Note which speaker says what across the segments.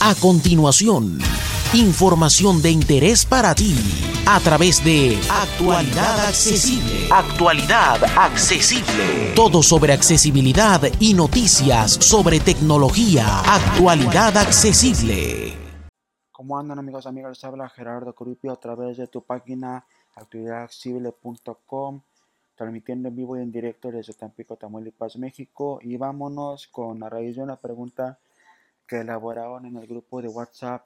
Speaker 1: A continuación, información de interés para ti a través de Actualidad Accesible. Actualidad Accesible. Todo sobre accesibilidad y noticias sobre tecnología. Actualidad Accesible.
Speaker 2: ¿Cómo andan amigos, amigas? Les habla Gerardo Corupio a través de tu página actualidadaccesible.com transmitiendo en vivo y en directo desde Tampico, Tamaulipas, México. Y vámonos con la raíz de una pregunta que elaboraron en el grupo de WhatsApp,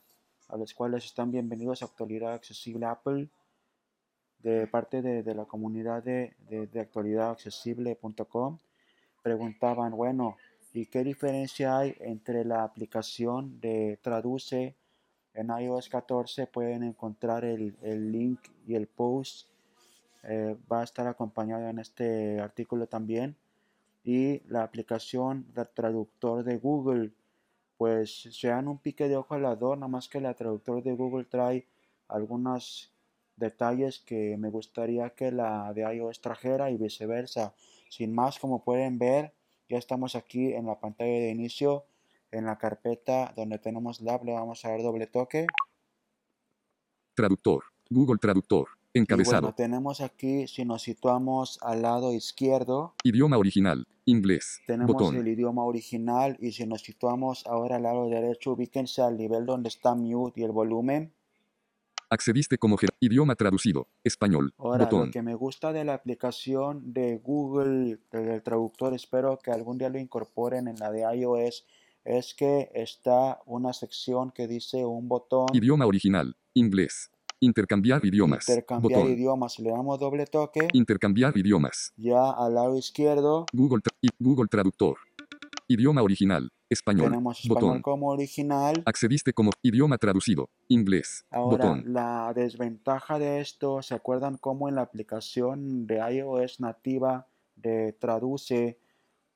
Speaker 2: a los cuales están bienvenidos a Actualidad Accesible Apple, de parte de, de la comunidad de, de, de actualidadaccesible.com. Preguntaban, bueno, ¿y qué diferencia hay entre la aplicación de Traduce en iOS 14? Pueden encontrar el, el link y el post eh, va a estar acompañado en este artículo también. Y la aplicación del traductor de Google, pues se dan un pique de ojo al lado, nada más que el traductor de Google trae algunos detalles que me gustaría que la de iOS trajera y viceversa. Sin más, como pueden ver, ya estamos aquí en la pantalla de inicio, en la carpeta donde tenemos Lab, le vamos a dar doble toque.
Speaker 3: Traductor, Google Traductor. Encabezado.
Speaker 2: Bueno, tenemos aquí, si nos situamos al lado izquierdo,
Speaker 3: Idioma original, inglés.
Speaker 2: tenemos
Speaker 3: Botón.
Speaker 2: el idioma original y si nos situamos ahora al lado derecho, ubíquense al nivel donde está mute y el volumen.
Speaker 3: Accediste como ger- idioma traducido, español.
Speaker 2: Ahora,
Speaker 3: Botón.
Speaker 2: lo que me gusta de la aplicación de Google, de- del traductor, espero que algún día lo incorporen en la de iOS, es que está una sección que dice un botón
Speaker 3: Idioma original, inglés. Intercambiar idiomas.
Speaker 2: intercambiar
Speaker 3: Botón.
Speaker 2: idiomas. Si le damos doble toque,
Speaker 3: Intercambiar idiomas.
Speaker 2: ya al lado izquierdo
Speaker 3: Google, Tra- i- Google Traductor. Idioma original, español.
Speaker 2: tenemos español
Speaker 3: Botón.
Speaker 2: como original.
Speaker 3: Accediste como idioma traducido, inglés.
Speaker 2: Ahora,
Speaker 3: Botón.
Speaker 2: la desventaja de esto, ¿se acuerdan cómo en la aplicación de iOS nativa de Traduce,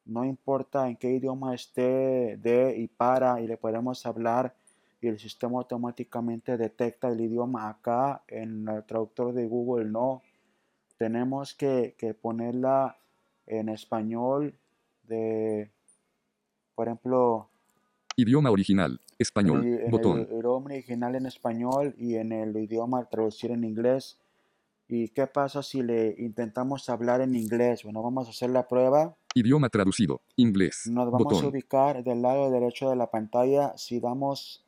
Speaker 2: no importa en qué idioma esté, de y para, y le podemos hablar, y el sistema automáticamente detecta el idioma acá, en el traductor de Google no. Tenemos que, que ponerla en español de, por ejemplo,
Speaker 3: Idioma original, español.
Speaker 2: en el- en
Speaker 3: Botón.
Speaker 2: el idioma original en español y en el idioma traducir en inglés. ¿Y qué pasa si le intentamos hablar en inglés? Bueno, vamos a hacer la prueba.
Speaker 3: Idioma traducido, inglés.
Speaker 2: Nos vamos a
Speaker 3: Botón.
Speaker 2: ubicar del lado derecho de la pantalla. Si damos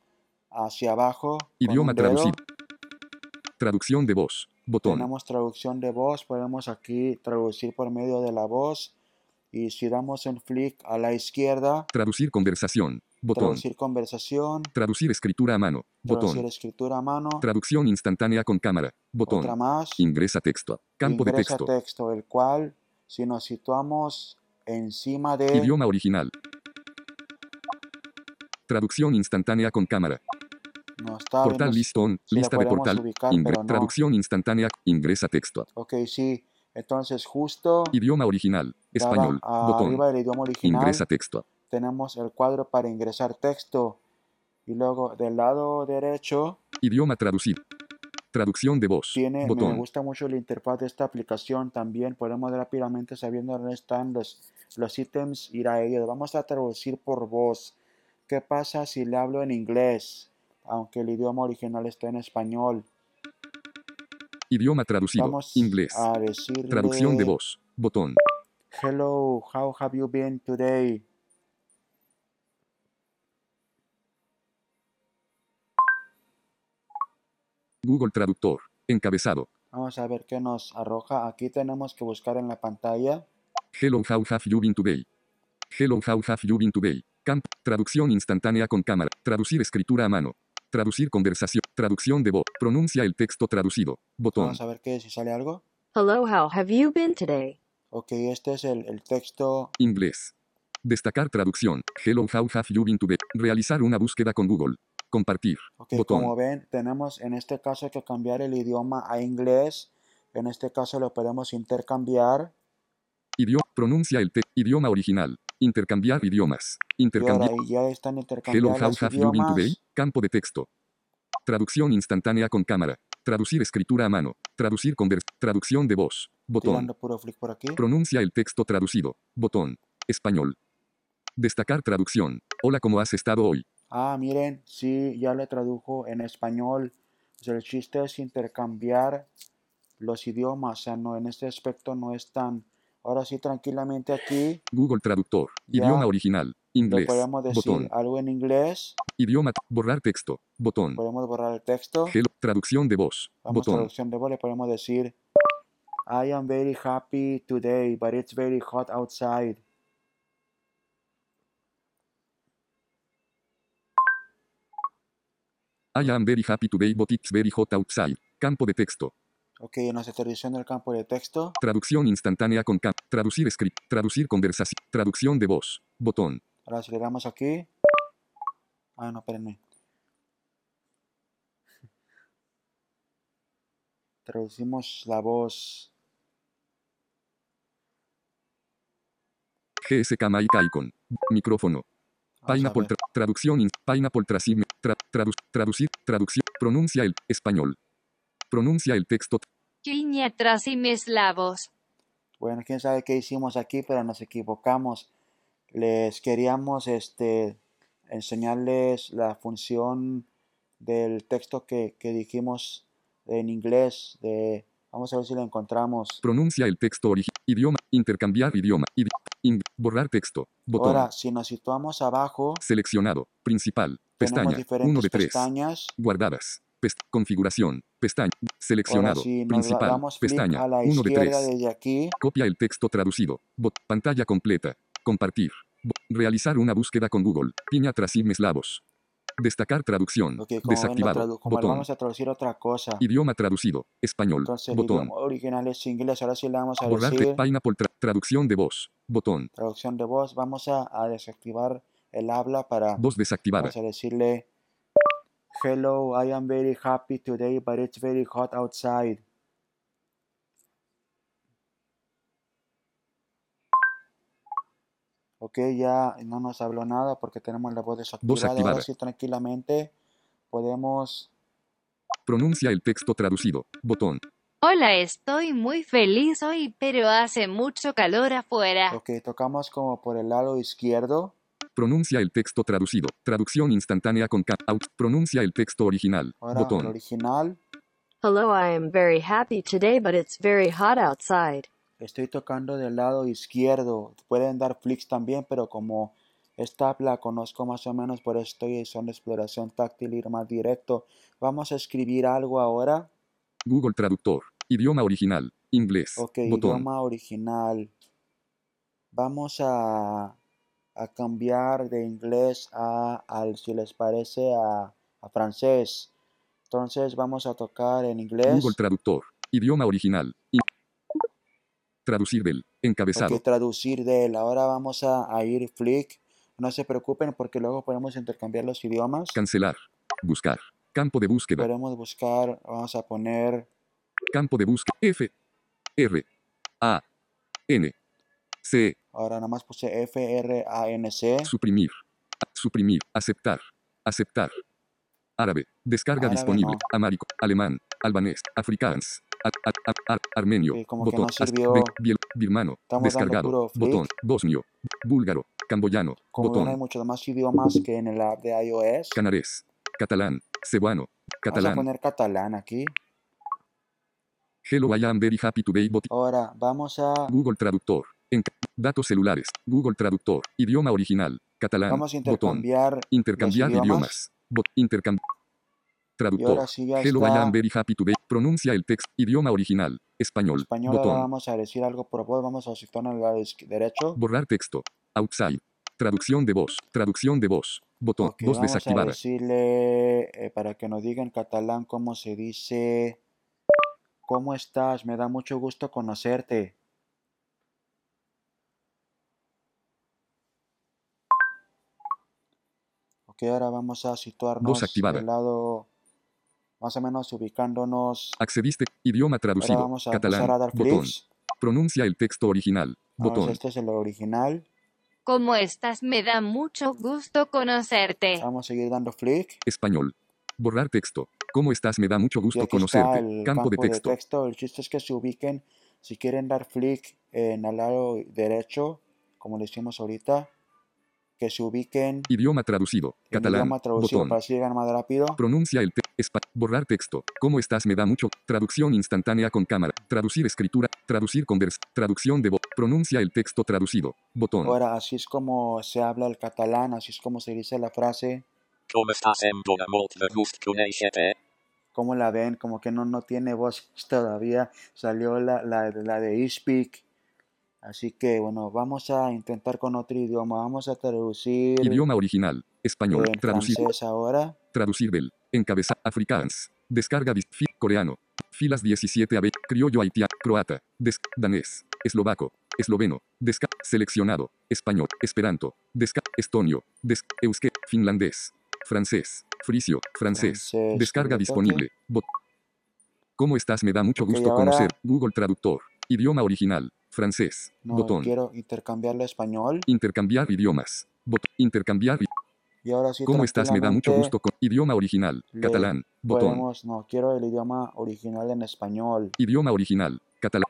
Speaker 2: hacia abajo, con
Speaker 3: Idioma
Speaker 2: un dedo,
Speaker 3: traducido. Traducción de voz. Botón.
Speaker 2: tenemos traducción de voz. Podemos aquí traducir por medio de la voz. Y si damos en flick a la izquierda,
Speaker 3: Traducir conversación. Botón.
Speaker 2: traducir conversación,
Speaker 3: Traducir escritura a mano.
Speaker 2: traducir
Speaker 3: Botón.
Speaker 2: escritura a mano,
Speaker 3: Traducción instantánea con cámara. Botón.
Speaker 2: otra más.
Speaker 3: Ingresa texto. Campo de
Speaker 2: ingresa
Speaker 3: texto.
Speaker 2: el cual, si nos situamos encima de
Speaker 3: Idioma original. Traducción instantánea con cámara.
Speaker 2: nos está
Speaker 3: Portal
Speaker 2: abriendo-
Speaker 3: listón.
Speaker 2: sí la
Speaker 3: Lista de
Speaker 2: podemos
Speaker 3: portal.
Speaker 2: ubicar,
Speaker 3: Ingre-
Speaker 2: pero no.
Speaker 3: Traducción instantánea. Ingresa texto.
Speaker 2: Ok, sí. Entonces, justo
Speaker 3: Idioma original.
Speaker 2: daba
Speaker 3: Español.
Speaker 2: a-
Speaker 3: Botón.
Speaker 2: arriba del idioma original
Speaker 3: Ingresa texto.
Speaker 2: tenemos el cuadro para ingresar texto. Y luego del lado derecho
Speaker 3: Idioma traducido. Traducción de voz.
Speaker 2: tiene, me
Speaker 3: Botón.
Speaker 2: gusta mucho la interfaz de esta aplicación también. Podemos rápidamente sabiendo dónde están los, los ítems, ir a ellos. Vamos a traducir por voz. ¿Qué pasa si le hablo en inglés? Aunque el idioma original está en español.
Speaker 3: Idioma traducido.
Speaker 2: Vamos
Speaker 3: Inglés.
Speaker 2: a decirle
Speaker 3: Traducción de voz. Botón.
Speaker 2: Hello, how have you been today?
Speaker 3: Google Traductor. Encabezado.
Speaker 2: Vamos a ver qué nos arroja. Aquí tenemos que buscar en la pantalla.
Speaker 3: Hello, how have you been today? Hello, how have you been today? Camp. Traducción instantánea con cámara. Traducir escritura a mano. Traducir conversación. Traducción de voz. Pronuncia el texto traducido. Botón.
Speaker 2: Vamos a ver qué si sale algo.
Speaker 4: Hello, how have you been today?
Speaker 2: Ok, este es el, el texto.
Speaker 3: Inglés. Destacar traducción. Hello, how have you been today? Realizar una búsqueda con Google. Compartir.
Speaker 2: Ok,
Speaker 3: Botón.
Speaker 2: como ven, tenemos en este caso que cambiar el idioma a inglés. En este caso lo podemos intercambiar.
Speaker 3: Idioma. Pronuncia el texto. Idioma original. Intercambiar idiomas.
Speaker 2: Y ahora
Speaker 3: Intercambiar.
Speaker 2: ahí ya están
Speaker 3: Hello,
Speaker 2: intercambiando
Speaker 3: how
Speaker 2: los
Speaker 3: have you been today?
Speaker 2: idiomas.
Speaker 3: Campo de texto. Traducción instantánea con cámara. Traducir escritura a mano. Traducir conver... Traducción de voz. Botón.
Speaker 2: Tirando puro flick por aquí.
Speaker 3: Pronuncia el texto traducido. Botón. Español. Destacar traducción. Hola, ¿cómo has estado hoy?
Speaker 2: ah, miren, sí, ya le tradujo en español. O sea, el chiste es intercambiar los idiomas, o sea, no, en este aspecto no es tan... Ahora sí, tranquilamente aquí
Speaker 3: Google Traductor.
Speaker 2: Ya.
Speaker 3: Idioma original.
Speaker 2: le
Speaker 3: Inglés.
Speaker 2: podemos decir
Speaker 3: Botón.
Speaker 2: algo en inglés,
Speaker 3: Idioma. Borrar texto. Botón.
Speaker 2: podemos borrar el texto,
Speaker 3: Hello. Traducción de voz.
Speaker 2: vamos a
Speaker 3: Botón.
Speaker 2: traducción de voz, le podemos decir I am very happy today, but it's very hot outside.
Speaker 3: I am very happy today but it's very hot outside. Campo de texto.
Speaker 2: Ok, en nuestra traducción del campo de texto,
Speaker 3: Traducción instantánea con cam. Traducir script. Traducir conversación. Traducción de voz. Botón.
Speaker 2: ahora si le damos aquí, ah, no, espérenme. Traducimos la voz.
Speaker 3: GSK Mic Icon. Micrófono.
Speaker 2: Vamos a
Speaker 3: Pineapple.
Speaker 2: ver.
Speaker 3: tra- traducción. in- Pineapple trasim. tra- tradu- traducir. Traducción. Pronuncia el español. Pronuncia el texto.
Speaker 5: Chinie Trasimeslavos.
Speaker 2: Bueno, quién sabe qué hicimos aquí, pero nos equivocamos. Les queríamos este, enseñarles la función del texto que, que dijimos en inglés. De, vamos a ver si lo encontramos.
Speaker 3: Pronuncia el texto original. Idioma. Intercambiar idioma. idi- ing- borrar texto. Botón.
Speaker 2: Ahora, si nos situamos abajo,
Speaker 3: Seleccionado. Principal.
Speaker 2: tenemos
Speaker 3: Pestaña.
Speaker 2: diferentes
Speaker 3: 1 de 3.
Speaker 2: pestañas.
Speaker 3: Guardadas. Pest- configuración. Pestaña. Seleccionado.
Speaker 2: Ahora, si nos da-
Speaker 3: principal.
Speaker 2: damos clic
Speaker 3: Pestaña.
Speaker 2: a la
Speaker 3: 1 de
Speaker 2: izquierda
Speaker 3: 3.
Speaker 2: desde aquí,
Speaker 3: Copia el texto traducido. Bot- pantalla completa. Compartir. Bo- realizar una búsqueda con Google. Piña trasimeslavos. Destacar traducción.
Speaker 2: ok, como ven, lo
Speaker 3: Desactivado.
Speaker 2: tradu- como
Speaker 3: Botón.
Speaker 2: vamos a traducir otra cosa.
Speaker 3: Idioma traducido. Español.
Speaker 2: Entonces, el
Speaker 3: Botón.
Speaker 2: idioma original es inglés. Ahora sí le vamos a
Speaker 3: Borrar
Speaker 2: decir...
Speaker 3: de página por tra- traducción de voz. Botón.
Speaker 2: traducción de voz, vamos a, a desactivar el habla para
Speaker 3: Voz desactivada.
Speaker 2: vamos a decirle Hello, I am very happy today, but it's very hot outside. Ok, ya no nos habló nada porque tenemos la voz desactivada.
Speaker 3: activada.
Speaker 2: Ahora sí, tranquilamente podemos.
Speaker 3: Pronuncia el texto traducido. Botón.
Speaker 5: Hola, estoy muy feliz hoy, pero hace mucho calor afuera.
Speaker 2: Ok, tocamos como por el lado izquierdo.
Speaker 3: Pronuncia el texto traducido. Traducción instantánea con ca- out. Pronuncia el texto original.
Speaker 2: Ahora el
Speaker 3: Botón.
Speaker 2: original.
Speaker 4: Hello, I am very happy today, but it's very hot outside.
Speaker 2: Estoy tocando del lado izquierdo. Pueden dar flicks también, pero como esta app la conozco más o menos, por eso estoy en zona de exploración táctil ir más directo. Vamos a escribir algo ahora.
Speaker 3: Google Traductor. Idioma original. Inglés.
Speaker 2: Ok,
Speaker 3: Botón.
Speaker 2: idioma original. Vamos a, a cambiar de inglés a, al, si les parece, a, a francés. Entonces vamos a tocar en inglés.
Speaker 3: Google Traductor. Idioma original. In- Traducir del. Encabezado.
Speaker 2: que traducir de él. Ahora vamos a, a ir flick. No se preocupen porque luego podemos intercambiar los idiomas.
Speaker 3: Cancelar. Buscar. Campo de búsqueda.
Speaker 2: Podemos buscar, vamos a poner
Speaker 3: Campo de búsqueda. F. R. A. N. C.
Speaker 2: Ahora nada más puse F-R-A-N-C.
Speaker 3: Suprimir. A- Suprimir. Aceptar. Aceptar. Árabe. Descarga
Speaker 2: Árabe
Speaker 3: disponible.
Speaker 2: no.
Speaker 3: Amárico. Alemán. Albanés. Afrikaans. ar- ar- ar- armenio.
Speaker 2: Sí, como que
Speaker 3: botón.
Speaker 2: no
Speaker 3: as-
Speaker 2: sirvió.
Speaker 3: be- biel- birmano.
Speaker 2: Estamos dando
Speaker 3: descargado.
Speaker 2: puro flick.
Speaker 3: Botón. Bosnio. Búlgaro. Camboyano.
Speaker 2: Como ven,
Speaker 3: botón.
Speaker 2: hay muchos más idiomas que en el app de iOS.
Speaker 3: Canarés. Catalán. Cebuano.
Speaker 2: Vamos a
Speaker 3: Catalán.
Speaker 2: poner catalán aquí.
Speaker 3: Hello, I am very happy today, but
Speaker 2: Ahora vamos a,
Speaker 3: Google Traductor. En datos celulares. Google Traductor. Idioma original. Catalán.
Speaker 2: vamos a
Speaker 3: botón.
Speaker 2: intercambiar.
Speaker 3: Intercambiar
Speaker 2: los
Speaker 3: idiomas.
Speaker 2: idiomas.
Speaker 3: Bot- intercam-
Speaker 2: Y
Speaker 3: Traductor.
Speaker 2: ahora sí ya
Speaker 3: Hello, I
Speaker 2: está.
Speaker 3: am very happy today. Pronuncia el texto. Idioma original. Español.
Speaker 2: Español, ahora
Speaker 3: botón.
Speaker 2: vamos a decir algo por voz. Vamos a situar en el lado izqui- derecho.
Speaker 3: Borrar texto. Outside. Traducción de voz. Traducción de voz. Botón.
Speaker 2: Ok,
Speaker 3: voz
Speaker 2: vamos a
Speaker 3: desactivada.
Speaker 2: decirle eh, para que nos diga en catalán cómo se dice. ¿Cómo estás? Me da mucho gusto conocerte. Ok, ahora vamos a situarnos
Speaker 3: activada.
Speaker 2: del lado, más o menos ubicándonos.
Speaker 3: Accediste. Idioma
Speaker 2: Ahora
Speaker 3: traducido.
Speaker 2: vamos a
Speaker 3: Catalán.
Speaker 2: empezar a dar
Speaker 3: Botón.
Speaker 2: flips.
Speaker 3: Pronuncia el texto original.
Speaker 2: Vamos,
Speaker 3: Botón.
Speaker 2: este es el original.
Speaker 5: ¿Cómo estás? Me da mucho gusto conocerte.
Speaker 2: Vamos a seguir dando flick.
Speaker 3: Español. Borrar texto. ¿Cómo estás? Me da mucho
Speaker 2: Y
Speaker 3: gusto
Speaker 2: aquí está
Speaker 3: conocerte.
Speaker 2: el
Speaker 3: Campo, de texto.
Speaker 2: El chiste es que se ubiquen, si quieren dar flick en el lado derecho, como lo hicimos ahorita, que se ubiquen
Speaker 3: Idioma traducido.
Speaker 2: en
Speaker 3: Catalán.
Speaker 2: idioma traducido
Speaker 3: Botón.
Speaker 2: para así llegar más rápido.
Speaker 3: Pronuncia el te espa- borrar texto. ¿Cómo estás? Me da mucho. Traducción instantánea con cámara. Traducir escritura. Traducir convers. Traducción de voz. Pronuncia el texto traducido. Botón.
Speaker 2: Ahora, así es como se habla el catalán, así es como se dice la frase.
Speaker 6: Com estàs em dóna molt de gust conèixer-te.
Speaker 2: ¿Cómo la ven? Como que no, no tiene voz todavía. Salió la, la, la de eSpeak. Así que bueno, vamos a intentar con otro idioma. Vamos a traducir
Speaker 3: Idioma original. Español.
Speaker 2: en
Speaker 3: Traducir.
Speaker 2: francés ahora.
Speaker 3: Traducir del. Encabeza. Afrikaans. Descarga. dis- fi- coreano. Filas 17 AB. Criollo haitiano. Croata. Des- danés. Eslovaco. Esloveno. Desca. Seleccionado. Español. Esperanto. Desca. Estonio. Des- euske. Finlandés. Francés. Frisio. Francés.
Speaker 2: Francés,
Speaker 3: Descarga
Speaker 2: creo que
Speaker 3: disponible. Bot- ¿Cómo estás? Me da mucho
Speaker 2: Ok,
Speaker 3: gusto
Speaker 2: ahora-
Speaker 3: conocer. Google Traductor. Idioma original. Francés.
Speaker 2: No,
Speaker 3: Botón.
Speaker 2: quiero intercambiarlo a español.
Speaker 3: Intercambiar idiomas. Botón. Intercambiar. i-
Speaker 2: Y ahora sí.
Speaker 3: ¿Cómo estás? Me da mucho
Speaker 2: tranquilamente
Speaker 3: gusto. Con... Idioma original.
Speaker 2: Le-
Speaker 3: Catalán. Botón.
Speaker 2: Podemos, no, quiero el idioma original en español.
Speaker 3: Idioma original. Catalán.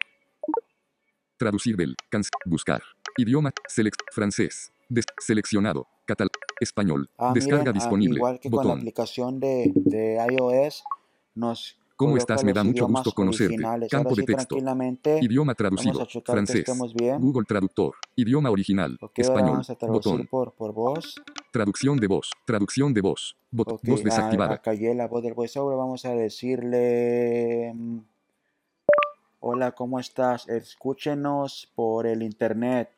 Speaker 3: Traducir del. cance- buscar. Idioma. Select. Francés. Des- seleccionado. Catalán. Español.
Speaker 2: Ah,
Speaker 3: Descarga
Speaker 2: miren, ah,
Speaker 3: disponible.
Speaker 2: igual que con la
Speaker 3: Botón.
Speaker 2: aplicación de, de iOS, nos.
Speaker 3: ¿Cómo
Speaker 2: coloca
Speaker 3: estás? Me
Speaker 2: los
Speaker 3: da mucho
Speaker 2: idiomas
Speaker 3: gusto conocerte.
Speaker 2: originales.
Speaker 3: Campo
Speaker 2: Ahora
Speaker 3: de
Speaker 2: sí,
Speaker 3: texto.
Speaker 2: Tranquilamente.
Speaker 3: Idioma
Speaker 2: Vamos
Speaker 3: traducido.
Speaker 2: a checar que
Speaker 3: Francés.
Speaker 2: estemos bien.
Speaker 3: Google Traductor. Idioma original.
Speaker 2: Ok, ahora
Speaker 3: Español.
Speaker 2: vamos a traducir
Speaker 3: Botón.
Speaker 2: por, por voz.
Speaker 3: Traducción de voz. Traducción de voz. Bot-
Speaker 2: Ok,
Speaker 3: Voz
Speaker 2: ah,
Speaker 3: desactivada.
Speaker 2: acallé la voz del voiceover. Vamos a decirle: mm, Hola, ¿cómo estás? Escúchenos por el internet.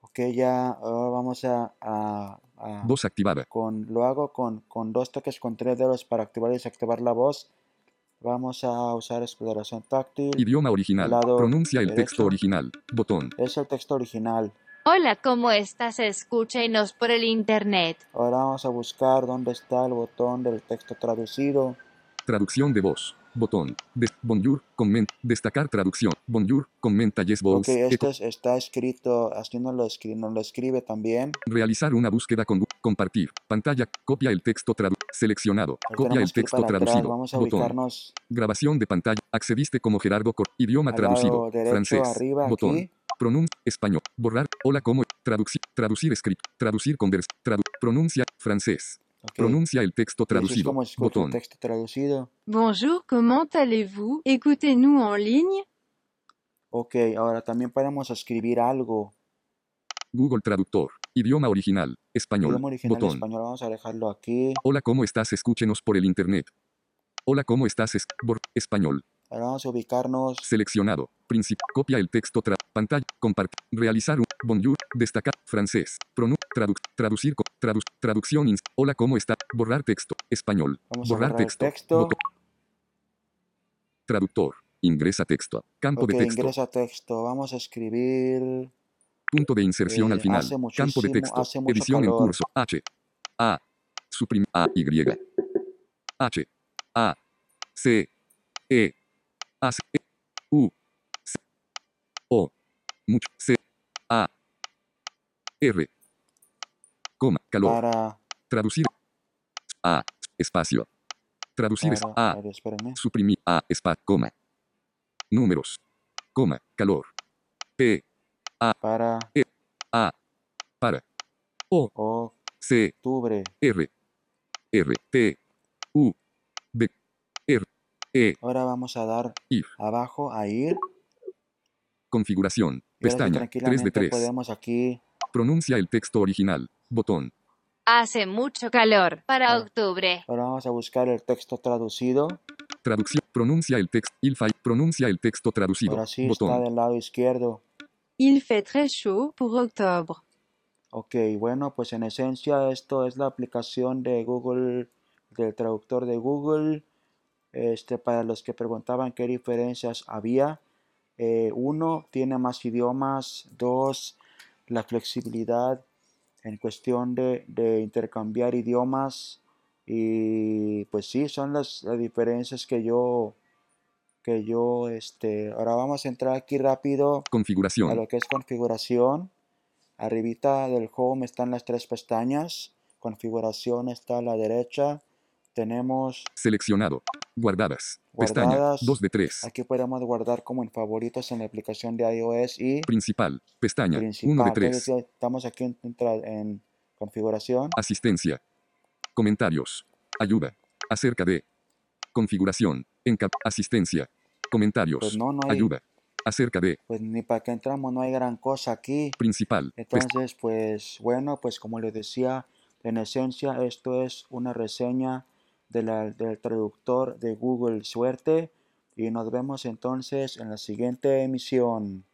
Speaker 2: Ok, ya ahora vamos a. a- a-
Speaker 3: Voz activada.
Speaker 2: con, lo hago con, con dos toques con tres dedos para activar y desactivar la voz. Vamos a usar exploración táctil.
Speaker 3: Idioma original.
Speaker 2: Lado
Speaker 3: Pronuncia el texto
Speaker 2: derecho.
Speaker 3: original. Botón.
Speaker 2: Es el texto original.
Speaker 5: Hola, ¿cómo estás? Escúchenos por el internet.
Speaker 2: Ahora vamos a buscar dónde está el botón del texto traducido.
Speaker 3: Traducción de voz. Botón. De bonjour. Comment. Destacar traducción. Bonjour. Comenta yes
Speaker 2: Ok,
Speaker 3: voz.
Speaker 2: esto es- está escrito, así nos lo, escri- nos lo escribe también.
Speaker 3: Realizar una búsqueda con Gu- compartir. Pantalla. Copia el texto traducido. Seleccionado.
Speaker 2: Ahora
Speaker 3: Copia
Speaker 2: tenemos
Speaker 3: el
Speaker 2: que ir
Speaker 3: texto
Speaker 2: para atrás,
Speaker 3: traducido.
Speaker 2: Vamos a
Speaker 3: Botón.
Speaker 2: ubicarnos
Speaker 3: Grabación de pantalla. Accediste como Gerardo Cor. Idioma
Speaker 2: al
Speaker 3: traducido.
Speaker 2: lado derecho
Speaker 3: Francés.
Speaker 2: arriba
Speaker 3: Botón.
Speaker 2: aquí.
Speaker 3: Pronun. Español. Borrar. Hola como. Traducir. Traducir escrito. Traducir convers. tradu- pronuncia. Francés.
Speaker 2: Ok,
Speaker 3: Pronuncia el
Speaker 2: y
Speaker 3: texto
Speaker 2: así es
Speaker 3: traducido.
Speaker 2: como se escucha el
Speaker 3: Botón.
Speaker 2: texto traducido.
Speaker 7: Bonjour, comment allez-vous Écoutez-nous en ligne
Speaker 2: Ok, ahora también podemos escribir algo.
Speaker 3: Google Traductor. Idioma original. Español.
Speaker 2: Idioma original
Speaker 3: Botón.
Speaker 2: español, vamos a dejarlo aquí.
Speaker 3: Hola, ¿cómo estás? Escúchenos por el internet. Hola, ¿cómo estás? Es- bor- español.
Speaker 2: Ahora vamos a ubicarnos
Speaker 3: Seleccionado. Princip copia el texto tra pantalla. Compartir. Realizar un bonjour. Destacar. Francés. Pronu traduc traducir. co- tradu- traducción. ins- Hola, ¿cómo está? Borrar texto. Español.
Speaker 2: Vamos a
Speaker 3: borrar
Speaker 2: borrar el
Speaker 3: texto.
Speaker 2: texto.
Speaker 3: Botón. Traductor. Ingresa texto. Campo
Speaker 2: Ok,
Speaker 3: de texto.
Speaker 2: ingresa texto. Vamos a escribir.
Speaker 3: Punto de inserción
Speaker 2: Eh,
Speaker 3: al final.
Speaker 2: hace
Speaker 3: Campo de
Speaker 2: muchísimo-
Speaker 3: texto.
Speaker 2: hace mucho
Speaker 3: Edición
Speaker 2: calor.
Speaker 3: en curso. H. A. Suprim. A. Y. H. A. C. E. A. C. E, U. C, O. Mucho. C. A. R. Coma. Calor.
Speaker 2: Para.
Speaker 3: Traducir. A. Espacio. Traducir es
Speaker 2: para-
Speaker 3: A.
Speaker 2: a ver, espérenme.
Speaker 3: Suprimir A. Espacio. Coma. Números. Coma. Calor. P.
Speaker 2: Para
Speaker 3: E. A. Para. O. C.
Speaker 2: octubre.
Speaker 3: R. R. T. U. B. R. E.
Speaker 2: Ahora vamos a dar
Speaker 3: Ir.
Speaker 2: abajo a ir. Y
Speaker 3: Configuración.
Speaker 2: ahora que
Speaker 3: Pestaña. 3 de
Speaker 2: tranquilamente
Speaker 3: 3.
Speaker 2: podemos aquí.
Speaker 3: Pronuncia el texto original. Botón.
Speaker 5: Hace mucho calor para
Speaker 2: Ah.
Speaker 5: octubre.
Speaker 2: Ahora vamos a buscar el texto traducido.
Speaker 3: Traducción. Pronuncia el texto. Ilfai. Pronuncia el texto traducido.
Speaker 2: Ahora sí está
Speaker 3: Botón.
Speaker 2: del lado izquierdo.
Speaker 7: Il fait très chaud pour octobre.
Speaker 2: Ok, bueno, pues en esencia esto es la aplicación de Google, del traductor de Google. Este, para los que preguntaban qué diferencias había, eh, uno, tiene más idiomas, dos, la flexibilidad en cuestión de, de intercambiar idiomas y pues sí, son las, las diferencias que yo, que yo, este, ahora vamos a entrar aquí rápido a
Speaker 3: Configuración.
Speaker 2: lo que es configuración. Arribita del home están las tres pestañas. Configuración está a la derecha. Tenemos,
Speaker 3: Seleccionado. Guardadas.
Speaker 2: Guardadas.
Speaker 3: Pestaña. 2 de 3.
Speaker 2: aquí podemos guardar como en favoritos en la aplicación de iOS y
Speaker 3: Principal. Pestaña. 1
Speaker 2: principal.
Speaker 3: de
Speaker 2: Entonces,
Speaker 3: 3.
Speaker 2: ya estamos aquí en, entra- en configuración,
Speaker 3: Asistencia. Comentarios. Ayuda. Acerca de. Configuración. Encap. Asistencia. Comentarios.
Speaker 2: Pues no, no hay-
Speaker 3: Ayuda. Acerca de.
Speaker 2: pues ni para qué entramos, no hay gran cosa aquí.
Speaker 3: Principal. Pes-
Speaker 2: Entonces, pues bueno, pues como les decía, en esencia esto es una reseña de la- del traductor de Google Suerte y nos vemos entonces en la siguiente emisión.